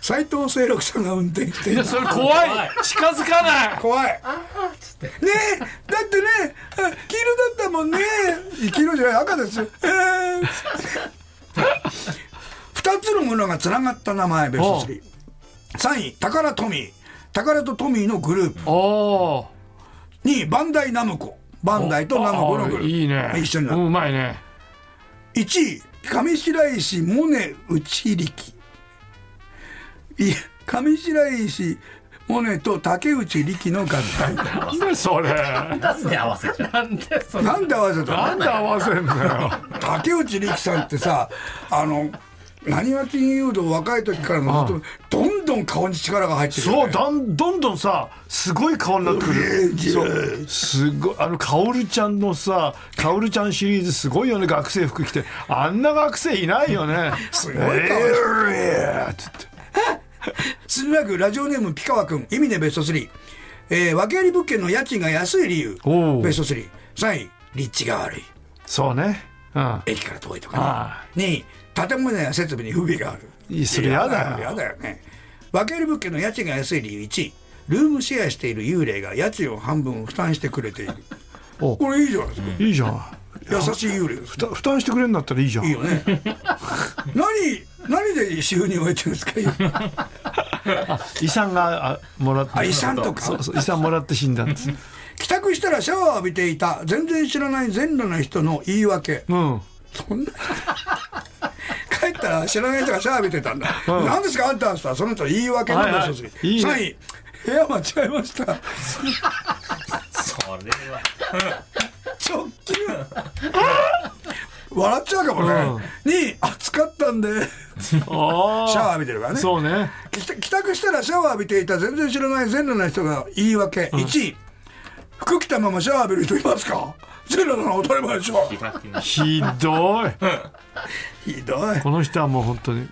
Speaker 2: 斎藤清六さんが運転してい
Speaker 1: い
Speaker 2: た
Speaker 1: やそれ怖い近づかない
Speaker 2: 怖いねえだってねあ黄色だったもんね黄色じゃない赤ですよえー2つのものがつながった名前ベスト3 3位タカラトミータカラとトミーのグループ
Speaker 1: おお
Speaker 2: 2位バンダイナムコバンダイとナムコのグループ
Speaker 1: いいね
Speaker 2: 一緒になっ
Speaker 1: う
Speaker 2: た
Speaker 1: んうまいね
Speaker 2: 1位上白石モネ内力いや上白石モネと竹内力の合体
Speaker 1: なんでそれ
Speaker 4: 出すで合わせちゃう
Speaker 3: なんでその
Speaker 2: なんで合わせた
Speaker 1: なんで合わせんだよ
Speaker 2: の竹内力さんってさあのなにわ金融道若い時からのずっとどんどん顔に力が入ってくるよ
Speaker 1: そう
Speaker 2: ね、
Speaker 1: だんどんどんさすごい顔になってくるそうすごいあのカオルちゃんのさカオルちゃんシリーズすごいよね学生服着てあんな学生いないよねす
Speaker 2: ごい顔してる
Speaker 1: えー、って
Speaker 2: すみまくラジオネームピカワ君意味でベスト3、えー、訳あり物件の家賃が安い理由
Speaker 1: おう
Speaker 2: ベスト33位立地が悪い
Speaker 1: そうねうん
Speaker 2: 駅から遠いと
Speaker 1: あ
Speaker 2: かねに建物や設備に不備がある
Speaker 1: いやそれやだよ
Speaker 2: いやだよね分ける物件の家賃が安い理由1位ルームシェアしている幽霊が家賃を半分負担してくれている
Speaker 1: お
Speaker 2: これいいじゃないですか
Speaker 1: いいじゃん
Speaker 2: 優しい幽霊です
Speaker 1: だ負担してくれるんだったらいいじゃん
Speaker 2: いいよ ね何何で収入を得てるんですか今
Speaker 1: 遺産があもらって
Speaker 2: あ遺産とか
Speaker 1: そうそう遺産もらって死んだんです
Speaker 2: 帰宅したらシャワーを浴びていた全然知らない全裸な人の言い訳
Speaker 1: うん
Speaker 2: そんな帰ったら知らない人がシャワー浴びてたんだ。
Speaker 1: うん
Speaker 2: 何ですかあんたはさ、その人言い訳なん
Speaker 1: はい
Speaker 2: だ
Speaker 1: はい
Speaker 2: よ、
Speaker 1: いいね
Speaker 2: 3位、部屋間違えました。
Speaker 4: それは
Speaker 2: 直球笑っちゃうかもね。2位、暑かったんで、
Speaker 1: ああ
Speaker 2: シャワー浴びてるからね。
Speaker 1: そうね
Speaker 2: 帰宅帰宅したらシャワー浴びていた全然知らない全裸な人が言い訳。1位、服着たままシャワー浴びる人いますか全裸なのは当たり前でしょ。
Speaker 4: 気が気になる
Speaker 1: ひどい
Speaker 2: ひどい。
Speaker 1: この人はもう本当に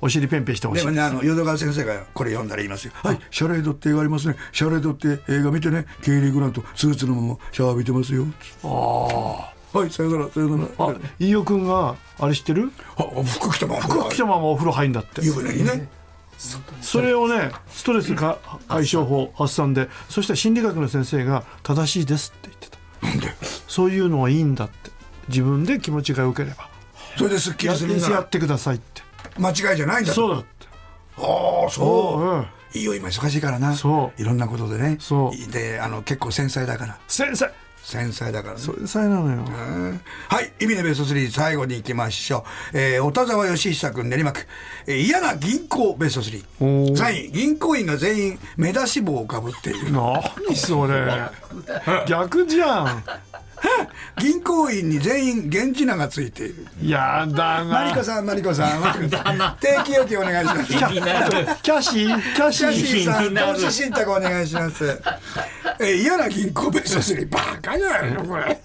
Speaker 1: お尻ペンペンしてほし
Speaker 2: で
Speaker 1: い
Speaker 2: もね、あの淀川先生がこれ読んだら言いますよ。はい、シャレードって映画ありますね。シャレードって映画見てね、ケイリー・グラント、スーツのままシャワー浴びてますよ。ああ。はい、さよなら、さよなら。
Speaker 1: あ飯尾君があれ知ってる
Speaker 2: あ、服着たまま。
Speaker 1: 服着たままお風呂入んだって
Speaker 2: 湯船にね。
Speaker 1: それをねストレスか解消法発散でそしたら心理学の先生が「正しいです」って言ってた
Speaker 2: なんで。
Speaker 1: そういうのはいいんだって自分で気持ちが良ければ
Speaker 2: それですっき
Speaker 1: や
Speaker 2: りするんな
Speaker 1: やっ
Speaker 2: ら
Speaker 1: てくださいって
Speaker 2: 間違いじゃないんだ。
Speaker 1: そう
Speaker 2: う。
Speaker 1: だって
Speaker 2: ああ、
Speaker 1: おう
Speaker 2: そ
Speaker 1: ん
Speaker 2: う。いいよ、今忙しいからな。
Speaker 1: そう
Speaker 2: いろんなことでね。
Speaker 1: そう
Speaker 2: で、あの、結構繊細だから。
Speaker 1: 先生
Speaker 2: 繊細だから、ね。
Speaker 1: 天才なのよ
Speaker 2: はい、意味のベスト3最後に行きましょう。えー、小田沢義久君練馬区、えー、嫌な銀行ベスト3。
Speaker 1: おー
Speaker 2: 3位、銀行員が全員目出し帽をかぶってい る。
Speaker 1: 何それ逆じゃん
Speaker 2: 銀行員に全員源氏名がついている。
Speaker 1: やだ
Speaker 2: マリコ
Speaker 1: な
Speaker 2: さん、マリコさん、マリコさん定期預金お願いします。
Speaker 4: 気になる
Speaker 1: キャシーキャシ
Speaker 2: 写
Speaker 1: ー
Speaker 2: 真さ
Speaker 4: 気
Speaker 2: ん、
Speaker 4: にな
Speaker 2: 投
Speaker 4: る
Speaker 2: 資信託お願いし ます。えー、嫌な銀行ベスト3、バカじゃないのこれ。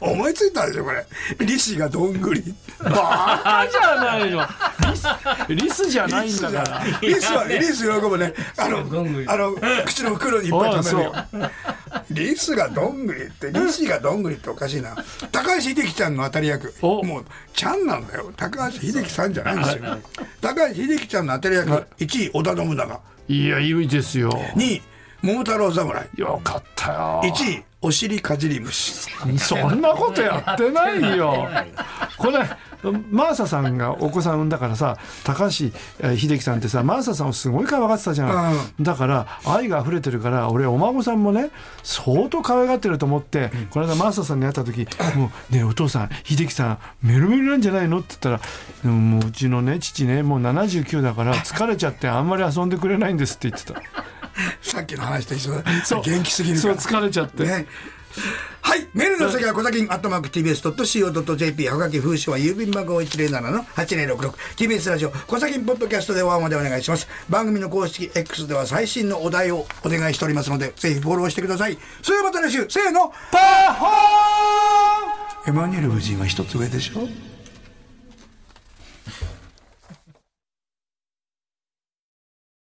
Speaker 2: 思いついたでしょこれ。利子がどんぐり。バカ
Speaker 1: あじゃないのリスリスじゃないんだから
Speaker 2: リスはリス喜ぶね。あの、
Speaker 3: どんぐり
Speaker 2: あの、口の袋にいっぱい食べるよ
Speaker 1: あ。
Speaker 2: リスがどんぐりって、リスがどんぐりっておかしいな。高橋秀樹ちゃんの当たり役。
Speaker 1: お
Speaker 2: もう、ちゃんなんだよ。高橋秀樹さんじゃないんですよ。高橋秀樹ちゃんの当たり役、1位、織田信長。
Speaker 1: いやいいですよ
Speaker 2: 2位、桃太郎侍。
Speaker 1: よかったよ
Speaker 2: 1位、お尻かじり 虫。
Speaker 1: そんなことやってないよこれマーサさんがお子さん産んだからさ高橋えー秀樹さんってさマーサさんをすごい可愛がってたじゃん、だから愛が溢れてるから俺お孫さんもね相当可愛がってると思って、この間マーサさんに会った時「もうねえお父さん秀樹さんメロメロなんじゃないの?」って言ったら「うんもううちのね父ねもう79だから疲れちゃってあんまり遊んでくれないんです」って言ってた
Speaker 2: さっきの話と一緒だ。元気すぎるか
Speaker 1: そう
Speaker 2: ら。
Speaker 1: 疲れちゃって、
Speaker 2: ね。はい。メールの先は小崎アットマーク TBS.CO.JP。はがき風習は郵便番号107-8066。TBS ラジオ小崎ポッドキャストでワンまでお願いします。番組の公式 X では最新のお題をお願いしておりますので、ぜひフォローしてください。それではまた来週、せーの、パホーンエマニュエル夫人は一つ上でしょ